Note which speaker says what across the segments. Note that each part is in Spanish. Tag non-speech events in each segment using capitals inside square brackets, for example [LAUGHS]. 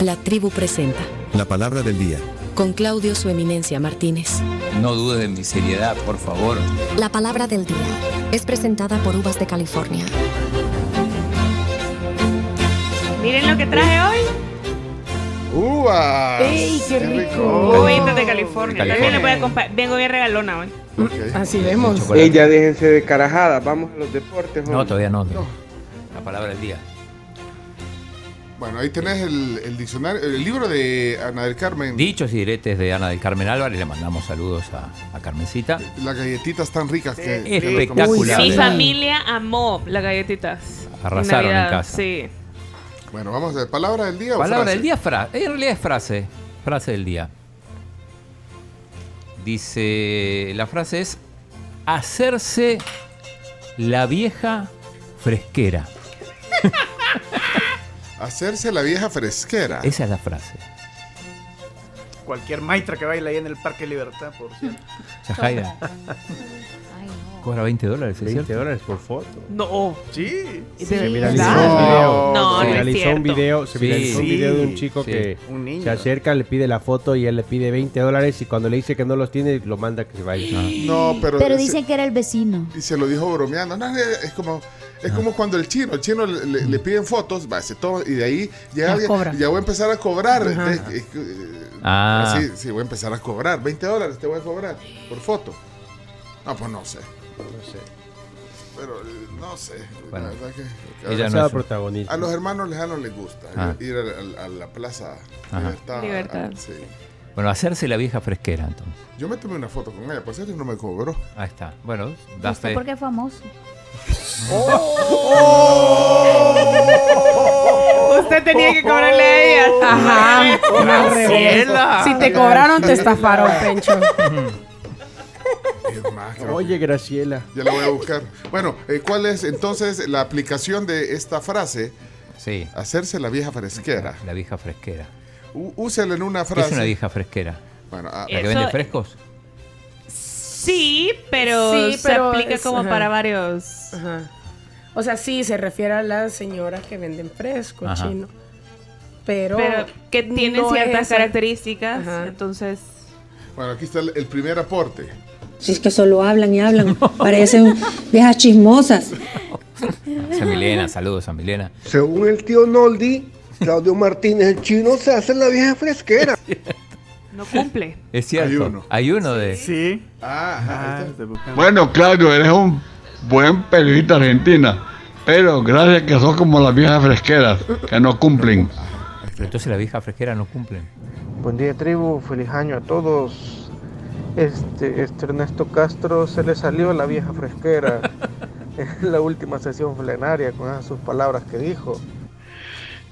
Speaker 1: La tribu presenta.
Speaker 2: La palabra del día.
Speaker 1: Con Claudio Su Eminencia Martínez.
Speaker 3: No dudes de mi seriedad, por favor.
Speaker 4: La palabra del día es presentada por Uvas de California.
Speaker 5: Miren lo que traje hoy.
Speaker 6: ¡Uvas!
Speaker 7: ¡Ey, qué rico!
Speaker 5: Uvas de California.
Speaker 3: De California.
Speaker 5: También le voy a comprar. Vengo bien regalona hoy.
Speaker 6: Ok.
Speaker 7: Así vemos.
Speaker 3: Chocolate.
Speaker 8: Ey, ya déjense de carajadas, vamos a los deportes.
Speaker 3: No,
Speaker 8: hombre.
Speaker 3: todavía no.
Speaker 6: No.
Speaker 3: La palabra del día.
Speaker 6: Bueno, ahí tenés el, el diccionario, el libro de Ana del Carmen.
Speaker 3: Dichos y diretes de Ana del Carmen Álvarez. Le mandamos saludos a, a Carmencita.
Speaker 6: Las galletitas tan ricas que... que lo
Speaker 3: Espectacular.
Speaker 6: tomamos.
Speaker 3: Uy, sí.
Speaker 5: Mi
Speaker 3: Dale.
Speaker 5: familia amó las galletitas.
Speaker 3: Arrasaron en
Speaker 5: Navidad,
Speaker 3: casa.
Speaker 5: Sí.
Speaker 6: Bueno, vamos a ver, palabra del día o
Speaker 3: Palabra
Speaker 6: frase?
Speaker 3: del día, frase. En realidad es frase. Frase del día. Dice, la frase es hacerse la vieja fresquera.
Speaker 6: Hacerse la vieja fresquera.
Speaker 3: Esa es la frase.
Speaker 9: Cualquier maestra que baila ahí en el Parque Libertad, por cierto.
Speaker 3: Yajaira, cobra 20 dólares, ¿es
Speaker 10: 20
Speaker 3: cierto?
Speaker 10: dólares por foto.
Speaker 5: No.
Speaker 9: Sí.
Speaker 5: ¿De
Speaker 10: Se viralizó
Speaker 5: verdad?
Speaker 10: un video.
Speaker 5: No,
Speaker 10: se
Speaker 5: no es
Speaker 10: viralizó un
Speaker 5: cierto.
Speaker 10: video, se
Speaker 3: Sí.
Speaker 10: viralizó un
Speaker 9: Sí,
Speaker 10: video de un chico
Speaker 3: sí,
Speaker 10: que
Speaker 9: un niño.
Speaker 10: se acerca, le pide la foto y él le pide 20 dólares y cuando le dice que no los tiene, lo manda a que se vaya. Ah,
Speaker 6: No, pero...
Speaker 11: Pero
Speaker 6: ese-
Speaker 11: dice que era el vecino.
Speaker 6: Y se lo dijo bromeando. No, es como... Es como cuando el chino, el chino le, le- le piden fotos, va, se toma, y de ahí
Speaker 7: Las
Speaker 6: llega alguien,
Speaker 7: cobra.
Speaker 6: ya voy a empezar a cobrar.
Speaker 7: Ajá.
Speaker 6: Eh, eh, eh,
Speaker 3: Ah.
Speaker 6: Sí, sí, voy a empezar a cobrar. 20 dólares te voy a cobrar por foto. No, pues no sé.
Speaker 10: No sé.
Speaker 6: Pero eh, no sé.
Speaker 3: Bueno,
Speaker 6: la verdad que-
Speaker 3: ella Ya Ah, no
Speaker 10: Demasiado
Speaker 3: es un-
Speaker 10: protagonista.
Speaker 6: A los hermanos lejanos les gusta ¿eh?
Speaker 3: Ah.
Speaker 6: ir a, la- a la plaza
Speaker 3: Ajá.
Speaker 6: Libertad.
Speaker 5: Libertad.
Speaker 6: Ah, sí.
Speaker 3: Bueno, hacerse la vieja fresquera, entonces.
Speaker 6: Yo me tomé una foto con ella, por cierto, y no me cobró.
Speaker 3: Ahí está. Bueno, da
Speaker 11: Usted
Speaker 3: fe.
Speaker 11: porque Este, es famoso.
Speaker 5: Usted tenía que cobrarle a ella.
Speaker 7: Ajá. no revés. Si te cobraron, te estafaron, Pencho.
Speaker 6: Es más,
Speaker 10: [LAUGHS]
Speaker 6: creo
Speaker 10: Oye, Graciela.
Speaker 6: que- ya la voy a buscar. Bueno, eh, ¿cuál es entonces la aplicación de esta frase?
Speaker 3: Sí,
Speaker 6: Hacerse la vieja fresquera.
Speaker 3: la vieja fresquera.
Speaker 6: U- úsela en una
Speaker 3: ¿Qué
Speaker 6: frase.
Speaker 3: es una vieja fresquera?
Speaker 6: Bueno, ah,
Speaker 3: ¿La que
Speaker 5: Eso-
Speaker 3: vende frescos?
Speaker 5: Sí, pero,
Speaker 7: Sí, pero
Speaker 5: se aplica
Speaker 7: es-
Speaker 5: como
Speaker 7: ajá.
Speaker 5: para varios.
Speaker 7: Ajá. O sea, sí, se refiere a las señoras que venden fresco
Speaker 3: Ajá.
Speaker 7: chino. Pero,
Speaker 5: Pero que tienen
Speaker 7: no
Speaker 5: ciertas
Speaker 7: es-
Speaker 5: características.
Speaker 7: Ajá.
Speaker 5: Entonces.
Speaker 6: bueno, aquí está el, el primer aporte.
Speaker 4: Si es que solo hablan
Speaker 11: [LAUGHS]
Speaker 4: y hablan, parecen viejas chismosas.
Speaker 3: San Milena, saludos, San Milena.
Speaker 8: Según el tío Noldi, Claudio Martínez, el chino se hace la vieja fresquera.
Speaker 5: No cumple.
Speaker 3: Es cierto. Hay uno.
Speaker 6: uno.
Speaker 3: de.
Speaker 9: Sí.
Speaker 6: Ah, ajá, ahí está.
Speaker 12: Bueno, Claudio, eres un buen periodista argentina, pero gracias que sos como las viejas fresqueras, que no cumplen.
Speaker 3: Entonces la vieja fresquera no cumple.
Speaker 8: Buen día, tribu. Feliz año a todos. Este, este Ernesto Castro se le salió la vieja [LAUGHS] fresquera en la última sesión plenaria con esas sus palabras que dijo.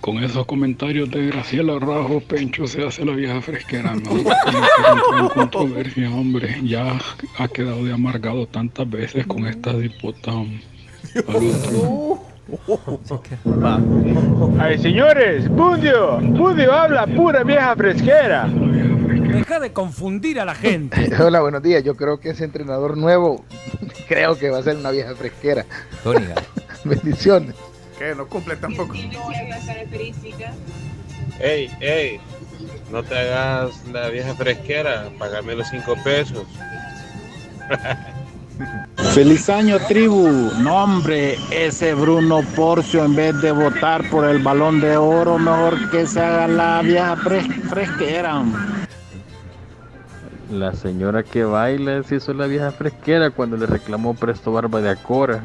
Speaker 12: Con esos comentarios de Graciela Rajo, Pencho se hace la vieja fresquera, ¿no? controversia, hombre. Ya ha quedado de amargado tantas veces con estas disputas,
Speaker 10: Ay, señores, Bundio, Bundio habla pura vieja fresquera.
Speaker 8: [LAUGHS]
Speaker 3: [LAUGHS]
Speaker 8: Hola, buenos días. Yo creo que ese entrenador nuevo [LAUGHS] creo que va a ser una vieja fresquera.
Speaker 3: Tónica.
Speaker 8: Bendiciones.
Speaker 9: Que no cumple tampoco.
Speaker 5: ciertas características.
Speaker 12: Ey, ey, no te hagas la vieja fresquera, pagame los cinco pesos.
Speaker 10: Feliz año, tribu. No, hombre, ese Bruno Porcio, en vez de votar por el balón de oro, mejor que se haga la vieja fresquera.
Speaker 12: La señora que baila se hizo la vieja fresquera cuando le reclamó presto barba de Acora.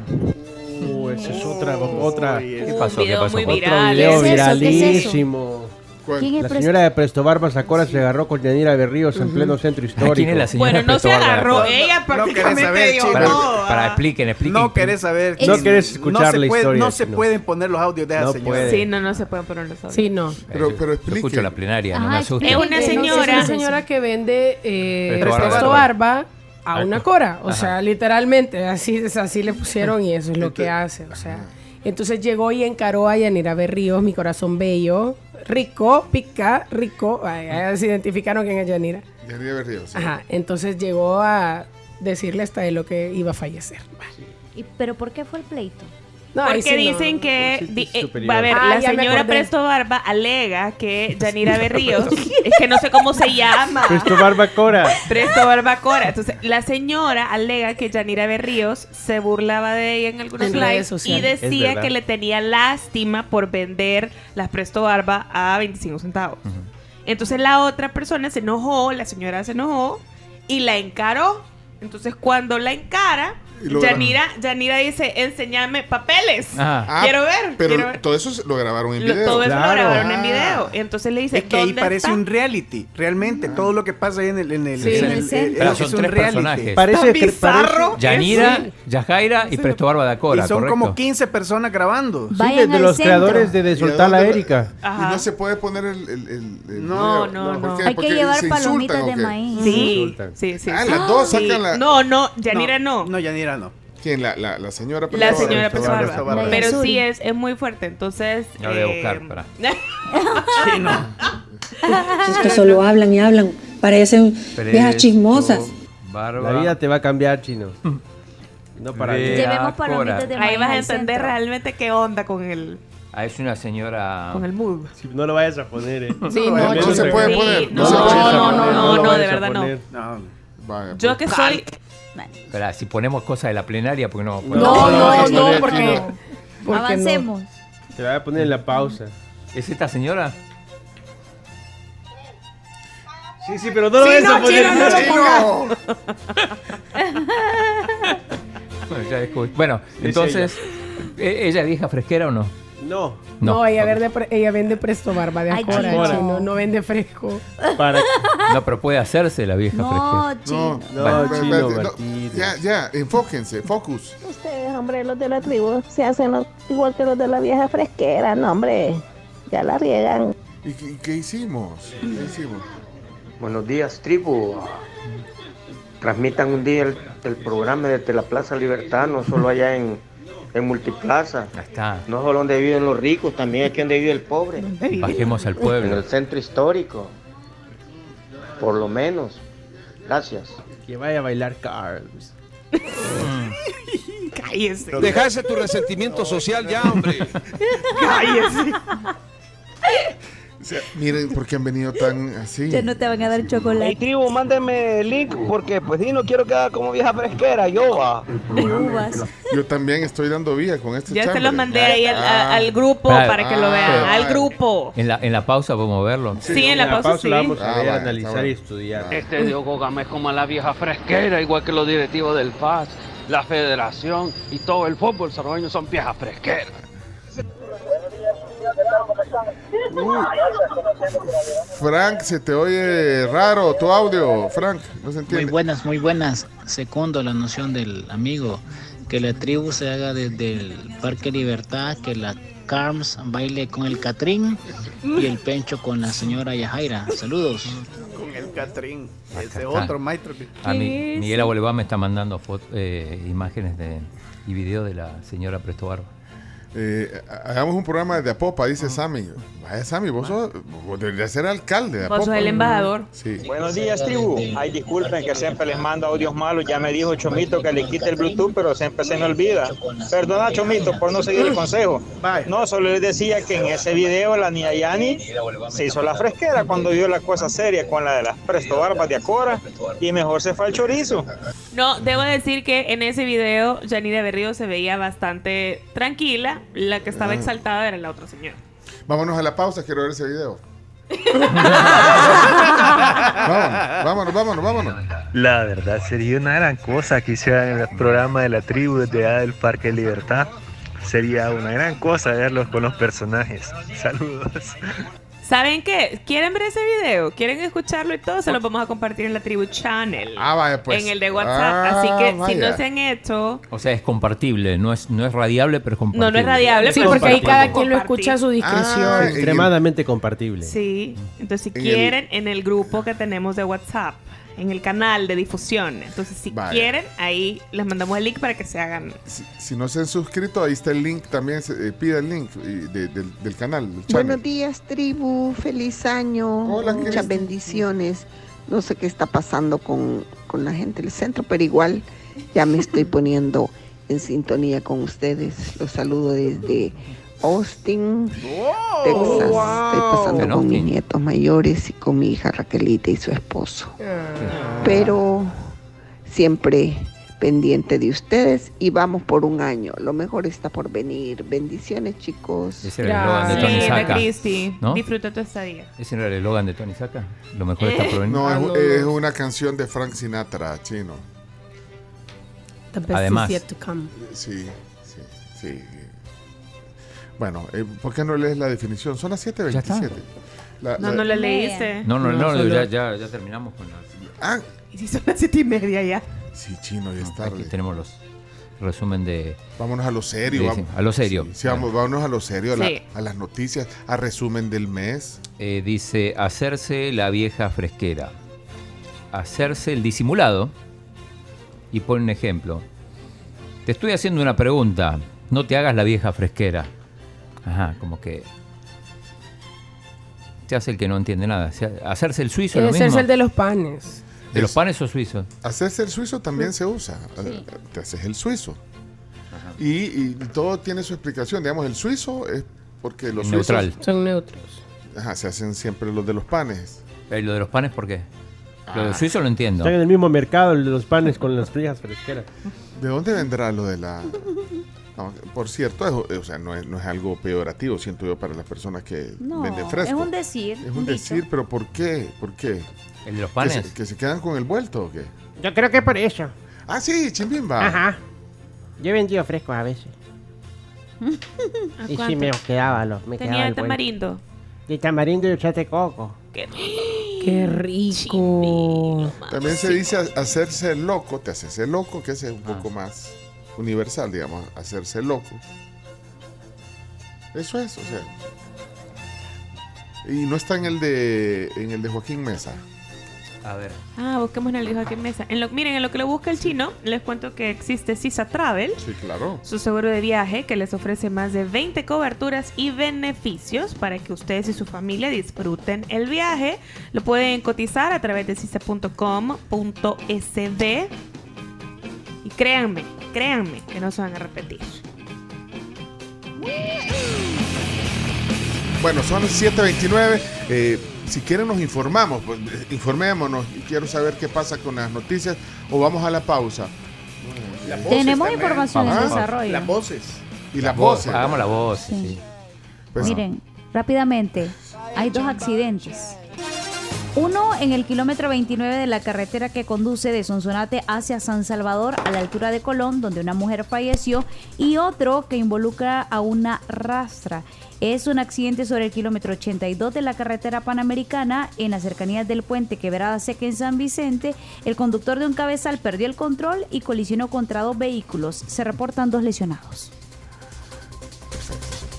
Speaker 10: Uh, esa es otra, otra,
Speaker 9: Uy,
Speaker 3: ¿Qué
Speaker 9: es-
Speaker 3: pasó? ¿Qué
Speaker 5: video
Speaker 3: pasó?
Speaker 5: muy
Speaker 3: Otro
Speaker 5: viral.
Speaker 10: otro video
Speaker 11: ¿Qué es eso? ¿Qué es eso?
Speaker 10: viralísimo.
Speaker 6: ¿Cuál? Este,
Speaker 11: ¿Quién
Speaker 10: La
Speaker 11: es
Speaker 10: señora de Presto Barba Sacora se agarró con Yanira Berríos en pleno centro
Speaker 3: ¿A
Speaker 10: histórico.
Speaker 3: quién es la señora
Speaker 5: Bueno, no se
Speaker 3: Preto Bárbara?
Speaker 5: agarró. eh. Ella prácticamente
Speaker 9: saber,
Speaker 5: dio
Speaker 9: chico.
Speaker 3: Para,
Speaker 5: todo,
Speaker 3: para
Speaker 5: ah.
Speaker 3: expliquen, expliquen.
Speaker 9: No querés saber.
Speaker 10: No
Speaker 9: quién-
Speaker 10: querés escuchar
Speaker 9: se
Speaker 10: la
Speaker 9: puede-
Speaker 10: historia,
Speaker 9: No se
Speaker 10: sino-
Speaker 9: pueden poner los audios de esa
Speaker 10: No
Speaker 9: señora.
Speaker 10: puede.
Speaker 5: Sí, no, no se pueden poner los audios.
Speaker 7: Sí, no. Eh,
Speaker 6: Pero- pero
Speaker 3: Eh, Yo escucho
Speaker 6: expliquen.
Speaker 3: la plenaria, no
Speaker 11: Ajá,
Speaker 3: me asusten.
Speaker 5: Es una
Speaker 11: expliquen, no sé,
Speaker 7: Es
Speaker 5: señora.
Speaker 7: una señora que vende eh,
Speaker 3: Presto barba.
Speaker 7: presto barba a una cora. O
Speaker 3: Ajá.
Speaker 7: sea, literalmente, así, así le pusieron y eso es lo que hace. O sea, entonces llegó y encaró a Yanira Berríos, mi corazón bello, rico, pica, rico. Ay, ay, se identificaron quién es Yanira.
Speaker 6: Yanira Berríos, sí.
Speaker 7: Ajá, entonces llegó a decirle hasta de lo que iba a fallecer.
Speaker 11: ¿Y, ¿Pero por qué fue el pleito?
Speaker 7: No, ahí
Speaker 5: Porque
Speaker 7: sí no.
Speaker 5: dicen que. di- eh,
Speaker 2: superior.
Speaker 5: va a ver,
Speaker 7: Ah,
Speaker 5: la
Speaker 7: ya me
Speaker 5: señora
Speaker 7: acordé.
Speaker 5: Presto Barba alega
Speaker 7: [LAUGHS]
Speaker 5: que Yanira Berríos. es que no sé cómo se llama.
Speaker 2: Pues tu barbacora.
Speaker 5: Presto Barba Cora. Entonces, la señora alega que Yanira Berríos se burlaba de ella en algunos
Speaker 7: En redes
Speaker 5: lives y
Speaker 7: sociales.
Speaker 2: Es
Speaker 5: decía
Speaker 2: verdad.
Speaker 5: que le tenía lástima por vender las Presto Barba a 25 centavos. Entonces, la otra persona se enojó, la señora se enojó y la encaró. Entonces, cuando la encara,
Speaker 6: Y lo
Speaker 5: Yanira, Yanira dice: Enséñame papeles.
Speaker 3: Ah.
Speaker 6: Ah,
Speaker 5: quiero ver.
Speaker 6: Pero
Speaker 5: quiero ver".
Speaker 6: todo eso se- lo grabaron en
Speaker 5: Lo-
Speaker 6: video.
Speaker 5: todo eso
Speaker 2: Claro.
Speaker 5: lo grabaron en video.
Speaker 6: Ah.
Speaker 5: Entonces le dice,
Speaker 9: Es que ahí
Speaker 5: "¿Dónde
Speaker 9: parece
Speaker 5: está?".
Speaker 9: un reality. Realmente, todo lo que pasa ahí en el. En el,
Speaker 7: Sí,
Speaker 9: en
Speaker 7: en
Speaker 9: el-
Speaker 7: el set.
Speaker 9: eh,
Speaker 3: Pero
Speaker 9: es
Speaker 3: son
Speaker 9: un
Speaker 3: tres
Speaker 9: reality.
Speaker 3: personajes.
Speaker 2: Parece que
Speaker 5: bizarro.
Speaker 2: parece-
Speaker 3: Yanira, Yajaira y Presto Barba de
Speaker 9: Y
Speaker 3: Acora,
Speaker 9: son como
Speaker 3: correcto.
Speaker 9: 15 personas grabando.
Speaker 2: Sí, de,
Speaker 11: Vayan
Speaker 2: de
Speaker 11: al
Speaker 2: los
Speaker 11: centro.
Speaker 2: creadores de, de
Speaker 6: ¿Y a
Speaker 2: soltar a
Speaker 6: dónde-
Speaker 2: Erika.
Speaker 5: Ajá.
Speaker 6: Y no se puede poner el. el, el- el
Speaker 5: No,
Speaker 6: video.
Speaker 5: no,
Speaker 6: ¿Por
Speaker 5: no.
Speaker 6: qué?
Speaker 5: Hay
Speaker 11: Hay
Speaker 6: Porque
Speaker 11: que
Speaker 6: se
Speaker 11: llevar
Speaker 6: insultan,
Speaker 11: palomitas
Speaker 6: ¿o
Speaker 11: de
Speaker 6: qué?
Speaker 11: maíz.
Speaker 5: Sí,
Speaker 2: Insultan.
Speaker 5: sí, sí.
Speaker 6: Ah,
Speaker 5: sí.
Speaker 6: las dos
Speaker 5: Sí.
Speaker 6: sacan la-
Speaker 5: No, no, Yanira no.
Speaker 9: No, Yanira no.
Speaker 6: ¿Quién? La, la, la señora.
Speaker 5: La
Speaker 6: Presto
Speaker 5: señora
Speaker 6: Barba.
Speaker 5: Peso
Speaker 9: Barba.
Speaker 5: Barba.
Speaker 9: Barba.
Speaker 5: Pero
Speaker 11: Yasuri.
Speaker 5: sí, es, es muy fuerte. Entonces. eh,
Speaker 3: Ya voy a buscar, espera.
Speaker 5: [LAUGHS]
Speaker 9: Sí, no.
Speaker 4: Es que solo hablan y hablan. Parecen viejas
Speaker 3: Presto
Speaker 4: chismosas.
Speaker 3: Barba.
Speaker 2: La vida te va a cambiar, chino. No para
Speaker 3: Ve.
Speaker 2: bien.
Speaker 11: Llevemos
Speaker 3: Cora.
Speaker 11: palomitas de maíz.
Speaker 5: Ahí vas a
Speaker 11: al
Speaker 5: entender
Speaker 11: centro.
Speaker 5: realmente qué onda con el,
Speaker 3: Ah, es una señora.
Speaker 5: con el mood.
Speaker 2: Si no lo vayas a poner, eh.
Speaker 7: Sí, no,
Speaker 6: No,
Speaker 2: Realmente
Speaker 7: chino.
Speaker 6: se
Speaker 2: no
Speaker 6: puede
Speaker 5: Sí,
Speaker 6: poner.
Speaker 5: no,
Speaker 6: se
Speaker 2: lo
Speaker 6: puede
Speaker 2: vayas a
Speaker 5: no,
Speaker 6: poner.
Speaker 5: no,
Speaker 2: poner,
Speaker 5: no,
Speaker 2: lo
Speaker 5: no,
Speaker 2: vayas
Speaker 5: de
Speaker 2: a
Speaker 5: verdad no.
Speaker 2: poner.
Speaker 9: No.
Speaker 6: Vaya, pues.
Speaker 5: Yo que soy.
Speaker 3: Espera, si ponemos cosas de la plenaria, porque no. pues,
Speaker 7: No, no,
Speaker 2: Vamos a
Speaker 7: no,
Speaker 2: poner,
Speaker 7: porque.
Speaker 2: chino.
Speaker 7: porque no.
Speaker 11: Avancemos.
Speaker 2: Te la voy a poner en la pausa.
Speaker 3: ¿Es esta señora? [LAUGHS]
Speaker 2: Sí, sí, pero no lo vayas a poner.
Speaker 6: ¡Chino!
Speaker 3: Bueno, ya descubrí. Bueno,
Speaker 2: Sí,
Speaker 3: entonces, ¿e- ¿ella es vieja fresquera o no?
Speaker 2: No,
Speaker 7: No, ella,
Speaker 3: Ok.
Speaker 7: vende pre- ella vende presto barba de
Speaker 11: Ay,
Speaker 7: Acora,
Speaker 2: chino.
Speaker 7: chino, no vende fresco.
Speaker 2: para.
Speaker 3: No, pero puede hacerse la vieja fresquera.
Speaker 11: No,
Speaker 6: No,
Speaker 11: chino.
Speaker 2: No,
Speaker 6: espérate,
Speaker 2: chino,
Speaker 6: no.
Speaker 2: Martín.
Speaker 6: Ya, ya, enfóquense, focus.
Speaker 13: Ustedes, hombre, los de la tribu, se hacen los- igual que los de la vieja fresquera, no, hombre. Ya la riegan.
Speaker 6: ¿Y qué, qué hicimos? ¿Qué hicimos?
Speaker 8: Buenos días, tribu. Transmitan un día el, el programa desde la Plaza Libertad, no solo allá en, en Multiplaza,
Speaker 3: Ahí está.
Speaker 8: no solo donde viven los ricos, también aquí donde vive el pobre,
Speaker 3: Bajemos al
Speaker 8: en
Speaker 3: pueblo.
Speaker 8: el centro histórico, por lo menos. Gracias.
Speaker 2: Que vaya a bailar Carlos.
Speaker 5: Cállese.
Speaker 10: Dejarse tu resentimiento social ya, hombre.
Speaker 5: Cállese.
Speaker 6: O sea, miren, ¿por qué han venido tan así?
Speaker 11: Ya
Speaker 5: [LAUGHS]
Speaker 11: no te van a dar
Speaker 10: Hey,
Speaker 11: chocolate
Speaker 10: tribu, mándenme el link porque pues sí, no quiero quedar como vieja fresquera, yo va.
Speaker 11: ni uvas.
Speaker 6: Yo también estoy dando vía con este
Speaker 5: Ya se
Speaker 6: chambre.
Speaker 5: los mandé ahí al, a-
Speaker 6: Ah,
Speaker 5: al grupo
Speaker 3: Vale.
Speaker 5: para que lo
Speaker 6: Ah,
Speaker 5: vean.
Speaker 6: vale.
Speaker 5: Al grupo.
Speaker 3: En la, en la pausa podemos verlo.
Speaker 5: Sí, en la pausa sí.
Speaker 2: la vamos
Speaker 6: Ah,
Speaker 2: a ver,
Speaker 6: vaya, está
Speaker 2: analizar y
Speaker 6: bueno.
Speaker 2: estudiar.
Speaker 10: Este Diogo Gama es como la vieja fresquera, igual que los directivos del FAS, la federación y todo el fútbol salvadoreño son viejas fresqueras.
Speaker 6: Frank, se te oye raro tu audio, Frank. No se entiende.
Speaker 10: buenas, muy buenas. Segundo la noción del amigo, que la tribu se haga desde el Parque Libertad, que la Carms baile con el Catrín y el Pencho con la señora Yajaira. Saludos.
Speaker 9: Con [LAUGHS] el Catrín. Ese
Speaker 3: está.
Speaker 9: otro maestro que.
Speaker 3: A mí, Miguel Abolevá me está mandando foto- eh, imágenes de, y videos de la señora Presto Barba.
Speaker 6: Eh, ha- hagamos un programa de Apopa, dice Sammy. Vaya, Sammy, vos, sos, vos deberías ser alcalde de
Speaker 5: Vos
Speaker 6: Apopa.
Speaker 5: sos
Speaker 2: Mm.
Speaker 5: el embajador.
Speaker 6: Sí.
Speaker 10: Buenos días, tribu. Ay, disculpen que siempre les mando audios malos. Ya me dijo Chomito que le quite el Bluetooth, pero siempre se me olvida. Perdona, Chomito, por no seguir el consejo. No, solo les decía que en ese video la niña Yani se hizo la fresquera cuando vio la cosa seria Pues, con la de las presto barbas de Acora y mejor se fue al chorizo.
Speaker 5: No, debo decir que en ese video Yanira Berrío se veía bastante tranquila. La que
Speaker 6: Ah.
Speaker 5: estaba exaltada era la otra señora.
Speaker 6: Vámonos a la pausa, quiero ver ese video. vámonos, vámonos, vámonos, vámonos.
Speaker 10: [LAUGHS] La verdad sería una gran cosa que hicieran el programa de la tribu desde allá del Parque Libertad. Sería una gran cosa verlos con los personajes. Saludos.
Speaker 5: ¿Saben qué? ¿Quieren ver ese video? ¿Quieren escucharlo y todo? Se lo vamos a compartir en la tribu channel.
Speaker 6: Ah, vaya, pues.
Speaker 5: en el de WhatsApp.
Speaker 6: Ah,
Speaker 5: Así que si
Speaker 6: vaya.
Speaker 5: no se han hecho,
Speaker 3: O sea, es compartible, no es, no es radiable, pero es compartible.
Speaker 5: No, no es radiable,
Speaker 7: Sí,
Speaker 5: pero
Speaker 7: porque ahí
Speaker 5: compartible.
Speaker 7: cada quien lo
Speaker 5: Compartir.
Speaker 7: escucha a su discreción.
Speaker 6: Ah, en el-
Speaker 2: Extremadamente compartible.
Speaker 5: sí. Entonces, si
Speaker 6: En el-
Speaker 5: quieren, en el grupo que tenemos de WhatsApp, en el canal de difusión. Entonces, si
Speaker 6: Vaya.
Speaker 5: quieren, ahí les mandamos el link para que se hagan.
Speaker 6: Si, si no se han suscrito, ahí está el link también. se- eh, pida el link y de- del, del canal. del channel.
Speaker 13: Buenos días, tribu. Feliz año.
Speaker 6: Hola,
Speaker 13: Muchas
Speaker 6: Cristi.
Speaker 13: bendiciones. No sé qué está pasando con, con la gente del centro, pero igual ya me estoy poniendo
Speaker 11: en sintonía con ustedes. Los saludo desde Austin, Texas. Estoy pasando con mis nietos mayores y con mi hija Raquelita y su esposo. Pero siempre pendiente de ustedes y vamos por un año. Lo mejor está por venir. Bendiciones, chicos.
Speaker 3: Ese era el eslogan de Tony
Speaker 5: Linda
Speaker 3: Saca.
Speaker 5: Cristi,
Speaker 3: ¿no?
Speaker 5: disfruta tu estadía.
Speaker 3: Ese era el eslogan de Tony Saca. Lo mejor está por venir.
Speaker 6: No, es, es una canción de Frank Sinatra, chino.
Speaker 7: The best
Speaker 3: Además.
Speaker 7: is yet to come.
Speaker 6: Sí, sí, sí. Bueno, eh, ¿por qué no lees la definición? Son las 7.27. La-
Speaker 5: No, no la leíste.
Speaker 3: No, no, no,
Speaker 6: No, solo-
Speaker 3: ya, ya, ya terminamos con la.
Speaker 6: Ah,
Speaker 5: Y si son las siete y media ya.
Speaker 6: sí, chino, ya es tarde.
Speaker 3: Aquí tenemos los resumen de.
Speaker 6: Vámonos a lo serio.
Speaker 3: Sí,
Speaker 6: vam-
Speaker 3: sí, a lo serio.
Speaker 6: Sí, sí, vamos, vámonos a lo serio, a, la-
Speaker 3: Sí.
Speaker 6: a las noticias, a resumen del mes.
Speaker 3: Eh, dice hacerse la vieja fresquera, hacerse el disimulado y pone un ejemplo. Te estoy haciendo una pregunta, no te hagas la vieja fresquera. Ajá, como que se hace el que no entiende nada. Se- Hacerse el
Speaker 5: Eh,
Speaker 3: suizo, lo
Speaker 7: Ese es
Speaker 3: mismo.
Speaker 7: el de los panes.
Speaker 3: ¿De los panes o suizos?
Speaker 6: Hacerse el suizo también se usa. Eh, Te haces el suizo. Y, y todo tiene su explicación. Digamos, el suizo es porque los
Speaker 3: Neutral.
Speaker 6: suizos...
Speaker 7: Son neutros.
Speaker 6: Ajá, se hacen siempre los de los panes.
Speaker 3: Eh, ¿Lo de los panes por qué? Lo
Speaker 6: Ah.
Speaker 3: del suizo lo entiendo.
Speaker 2: Están en el mismo mercado el de los panes con las frías fresqueras.
Speaker 6: ¿De dónde vendrá lo
Speaker 14: [LAUGHS]
Speaker 6: de la...? No, por cierto, es- o sea, no es, no es algo peyorativo, siento yo, para las personas que
Speaker 14: No,
Speaker 6: venden fresco.
Speaker 14: es un decir,
Speaker 6: Es
Speaker 14: un
Speaker 6: un
Speaker 14: dicho.
Speaker 6: decir, pero ¿por qué? ¿Por qué?
Speaker 3: ¿El de los
Speaker 6: ¿Que
Speaker 3: panes?
Speaker 6: se, que se quedan con el vuelto o qué?
Speaker 15: Yo creo que por eso.
Speaker 6: Ah, sí, chimbimba.
Speaker 15: Ajá. Yo he vendido frescos a veces.
Speaker 5: ¿A
Speaker 15: Y sí
Speaker 5: cuánto?
Speaker 15: me los quedaba, los, me
Speaker 5: Tenía
Speaker 15: quedaba
Speaker 5: de
Speaker 15: el bueno.
Speaker 5: tamarindo.
Speaker 15: De tamarindo y de chate coco.
Speaker 7: Qué rico.
Speaker 6: También se dice ha- hacerse el loco, te haces el loco, que ese es un poco más universal, digamos, hacerse el loco. Eso es, o sea. Y no está en el de en el de Joaquín Mesa.
Speaker 3: A ver.
Speaker 5: Ah, busquemos en el hijo aquí en mesa. En lo, miren, en lo que lo busca el chino, les cuento que existe Sisa Travel.
Speaker 6: Sí, claro.
Speaker 5: Su seguro de viaje que les ofrece más de 20 coberturas y beneficios para que ustedes y su familia disfruten el viaje. Lo pueden cotizar a través de sisa.com.sd. Y créanme, créanme que no se van a repetir.
Speaker 6: Bueno, son las 7.29. eh, si quieren nos informamos, pues, eh, informémonos. Y quiero saber qué pasa con las noticias. O vamos a la pausa.
Speaker 14: Tenemos información en
Speaker 6: Vamos.
Speaker 14: desarrollo.
Speaker 6: Las voces. Y las
Speaker 3: La voz, ¿eh?
Speaker 6: voces.
Speaker 3: Hagamos la voz. sí.
Speaker 6: Pues-
Speaker 14: Miren, rápidamente, hay dos accidentes. Uno en el kilómetro 29 de la carretera que conduce de Sonsonate hacia San Salvador a la altura de Colón, donde una mujer falleció, y otro que involucra a una rastra. Es un accidente sobre el kilómetro 82 de la carretera panamericana en las cercanías del puente Quebrada Seca en San Vicente. El conductor de un cabezal perdió el control y colisionó contra dos vehículos. Se reportan dos lesionados.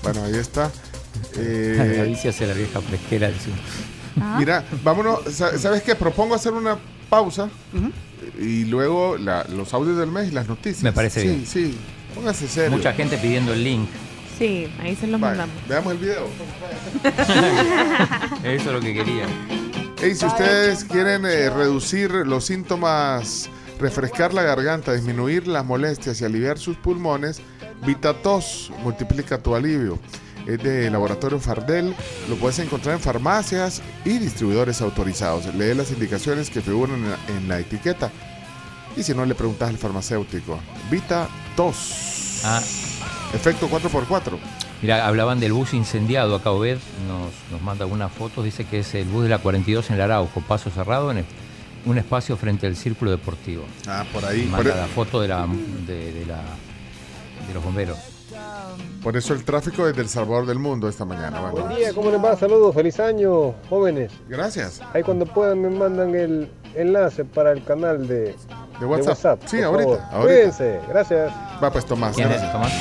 Speaker 6: Bueno, ahí [LAUGHS] está.
Speaker 3: La
Speaker 6: Eh,
Speaker 3: bici hace la vieja fresquera. dice. Ah.
Speaker 6: Mira, vámonos. Sa- ¿Sabes qué? Propongo hacer una pausa y luego la- los audios del mes y las noticias.
Speaker 3: Me parece
Speaker 6: sí,
Speaker 3: bien.
Speaker 6: Sí, sí. Póngase serio.
Speaker 3: Mucha gente pidiendo el link.
Speaker 5: Sí, ahí se los
Speaker 6: Vale,
Speaker 5: mandamos.
Speaker 6: veamos el video.
Speaker 3: Eso es lo que quería.
Speaker 6: Y si ustedes quieren eh, reducir los síntomas, refrescar la garganta, disminuir las molestias y aliviar sus pulmones, Vitatos multiplica tu alivio. Es de Laboratorio Fardel, lo puedes encontrar en farmacias y distribuidores autorizados. Lee las indicaciones que figuran en la, en la etiqueta. Y si no, le preguntas al farmacéutico. Vitatos.
Speaker 3: Ah,
Speaker 6: Efecto 4x4.
Speaker 3: mira, hablaban del bus incendiado. Acá Obed nos, nos manda algunas fotos. Dice que es el bus de la 42 en el Arauco, paso cerrado en el- un espacio frente al círculo deportivo.
Speaker 6: Ah, por ahí.
Speaker 3: Manda
Speaker 6: Por,
Speaker 3: la foto de la, de, de la, de los bomberos.
Speaker 6: por eso el tráfico desde El Salvador del Mundo esta mañana. Bueno.
Speaker 16: Buen día, ¿cómo les va? Saludos, feliz año, jóvenes.
Speaker 6: Gracias.
Speaker 16: Ahí cuando puedan me mandan el enlace para el canal de,
Speaker 6: de WhatsApp. Sí,
Speaker 16: por
Speaker 6: ahorita,
Speaker 16: favor. Pues,
Speaker 6: ahorita.
Speaker 16: Cuídense, gracias.
Speaker 6: Va pues Tomás.
Speaker 3: ¿Quién es
Speaker 6: gracias.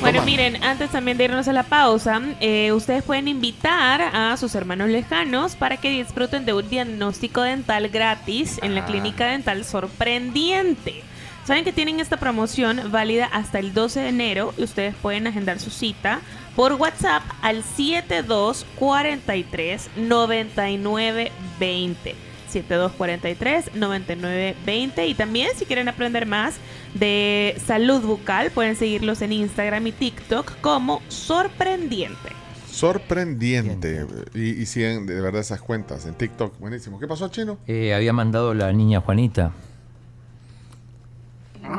Speaker 5: Bueno, miren, antes también de irnos a la pausa, eh, ustedes pueden invitar a sus hermanos lejanos para que disfruten de un diagnóstico dental gratis en la
Speaker 17: Ah.
Speaker 5: clínica dental sorprendiente. Saben que tienen esta promoción válida hasta el 12 de enero y ustedes pueden agendar su cita por WhatsApp al 7243 9920. 7243-9920. Y también si quieren aprender más de salud bucal, pueden seguirlos en Instagram y TikTok como sorprendiente.
Speaker 6: Sorprendiente. Y, y siguen de verdad esas cuentas en TikTok. Buenísimo. ¿Qué pasó, Chino?
Speaker 3: Eh, había mandado la niña Juanita.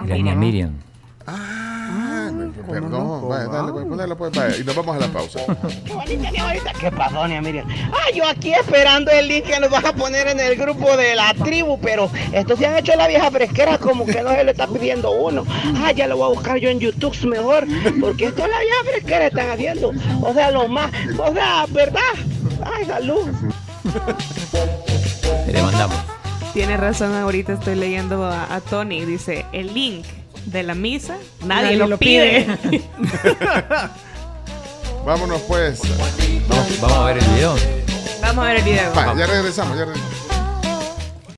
Speaker 3: Y la niña Miriam.
Speaker 6: Ah, perdón. Vaya, dale, pues, ponle la pues, vaya. Y nos vamos a la pausa.
Speaker 8: ¿Qué pasó, niña Miriam? Ah, yo aquí esperando el link que nos vas a poner en el grupo de la tribu, pero esto se han hecho la vieja fresquera como que no se lo está pidiendo uno. Ah, ya lo voy a buscar yo en YouTube mejor, porque esto es la vieja fresquera están haciendo. O sea, lo más, o sea, ¿verdad? Ay, salud.
Speaker 3: Le mandamos.
Speaker 5: Tiene razón, ahorita estoy leyendo a, a Tony. Dice, el link de la misa, nadie,
Speaker 9: Nadie
Speaker 5: lo,
Speaker 9: lo
Speaker 5: pide. [LAUGHS]
Speaker 6: Vámonos pues.
Speaker 3: Vamos a ver el video.
Speaker 5: Vamos a ver el video.
Speaker 6: Va, ya regresamos, ya regresamos.